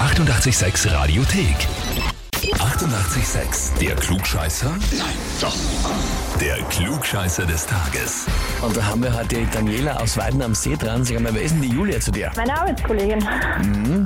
886 Radiothek. 88,6. Der Klugscheißer? Nein, doch. Der Klugscheißer des Tages. Und da haben wir heute die Daniela aus Weiden am See dran. Sag mal, wer ist denn die Julia zu dir? Meine Arbeitskollegin.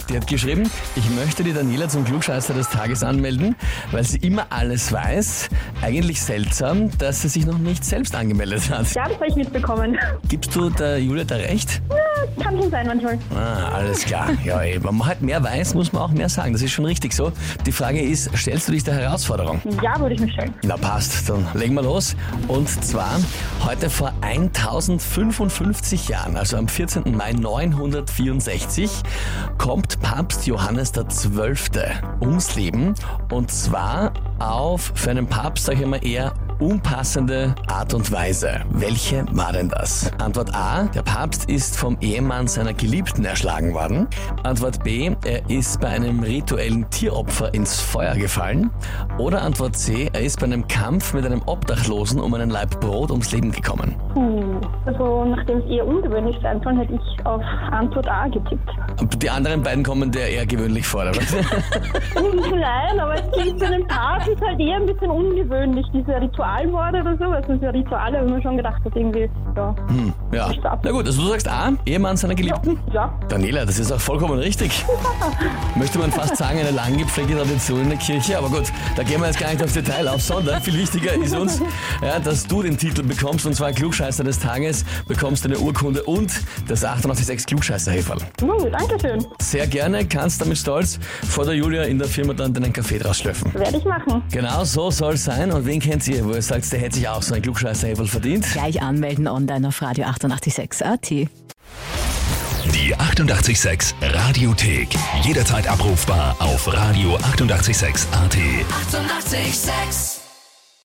Die hat geschrieben, ich möchte die Daniela zum Klugscheißer des Tages anmelden, weil sie immer alles weiß. Eigentlich seltsam, dass sie sich noch nicht selbst angemeldet hat. Ja, das habe ich mitbekommen. Gibst du der Julia da recht? Ja, kann schon sein manchmal. Ah, alles klar. Ja, ey, wenn man halt mehr weiß, muss man auch mehr sagen. Das ist schon richtig so. Die Frage ist, stellst du dich der Herausforderung? Ja, würde ich mich stellen. Na passt, dann legen wir los. Und zwar heute vor 1055 Jahren, also am 14. Mai 964, kommt Papst Johannes der Zwölfte ums Leben. Und zwar auf für einen Papst, sage ich mal, eher unpassende Art und Weise. Welche war denn das? Antwort A, der Papst ist vom Ehemann seiner Geliebten erschlagen worden. Antwort B, er ist bei einem rituellen Tieropfer ins Feuer gefallen. Oder Antwort C, er ist bei einem Kampf mit einem Obdachlosen um einen Laib Brot ums Leben gekommen. Puh. Also, nachdem es eher ungewöhnlich sein soll, hätte ich auf Antwort A getippt. Die anderen beiden kommen dir eher gewöhnlich vor, oder? was? Nein, aber es klingt für einen Papst ist halt eher ein bisschen ungewöhnlich, diese Ritualmorde oder sowas. Das sind ja Rituale, wenn man schon gedacht hat, irgendwie, ja. ja. Na gut, also du sagst A, Ehemann seiner Geliebten? Ja, Daniela, das ist auch vollkommen richtig. Möchte man fast sagen, eine lang gepflegte Tradition in der Kirche, aber gut, da gehen wir jetzt gar nicht aufs Detail auf, sondern viel wichtiger ist uns, ja, dass du den Titel bekommst, und zwar Klugscheißer des Tages, bekommst eine Urkunde und das 886 klugscheißer -Häferl. Puh, danke schön. Sehr gerne, kannst damit stolz vor der Julia in der Firma dann deinen Kaffee draus schlöpfen. Werde ich machen. Genau so soll es sein und wen kennt ihr, wo ihr sagt, der hätte sich auch so ein klugscheißer verdient? Gleich anmelden online auf Radio 886 AT. Die 88,6 Radiothek. Jederzeit abrufbar auf radio886.at. 88,6. Eighty-eight, sex.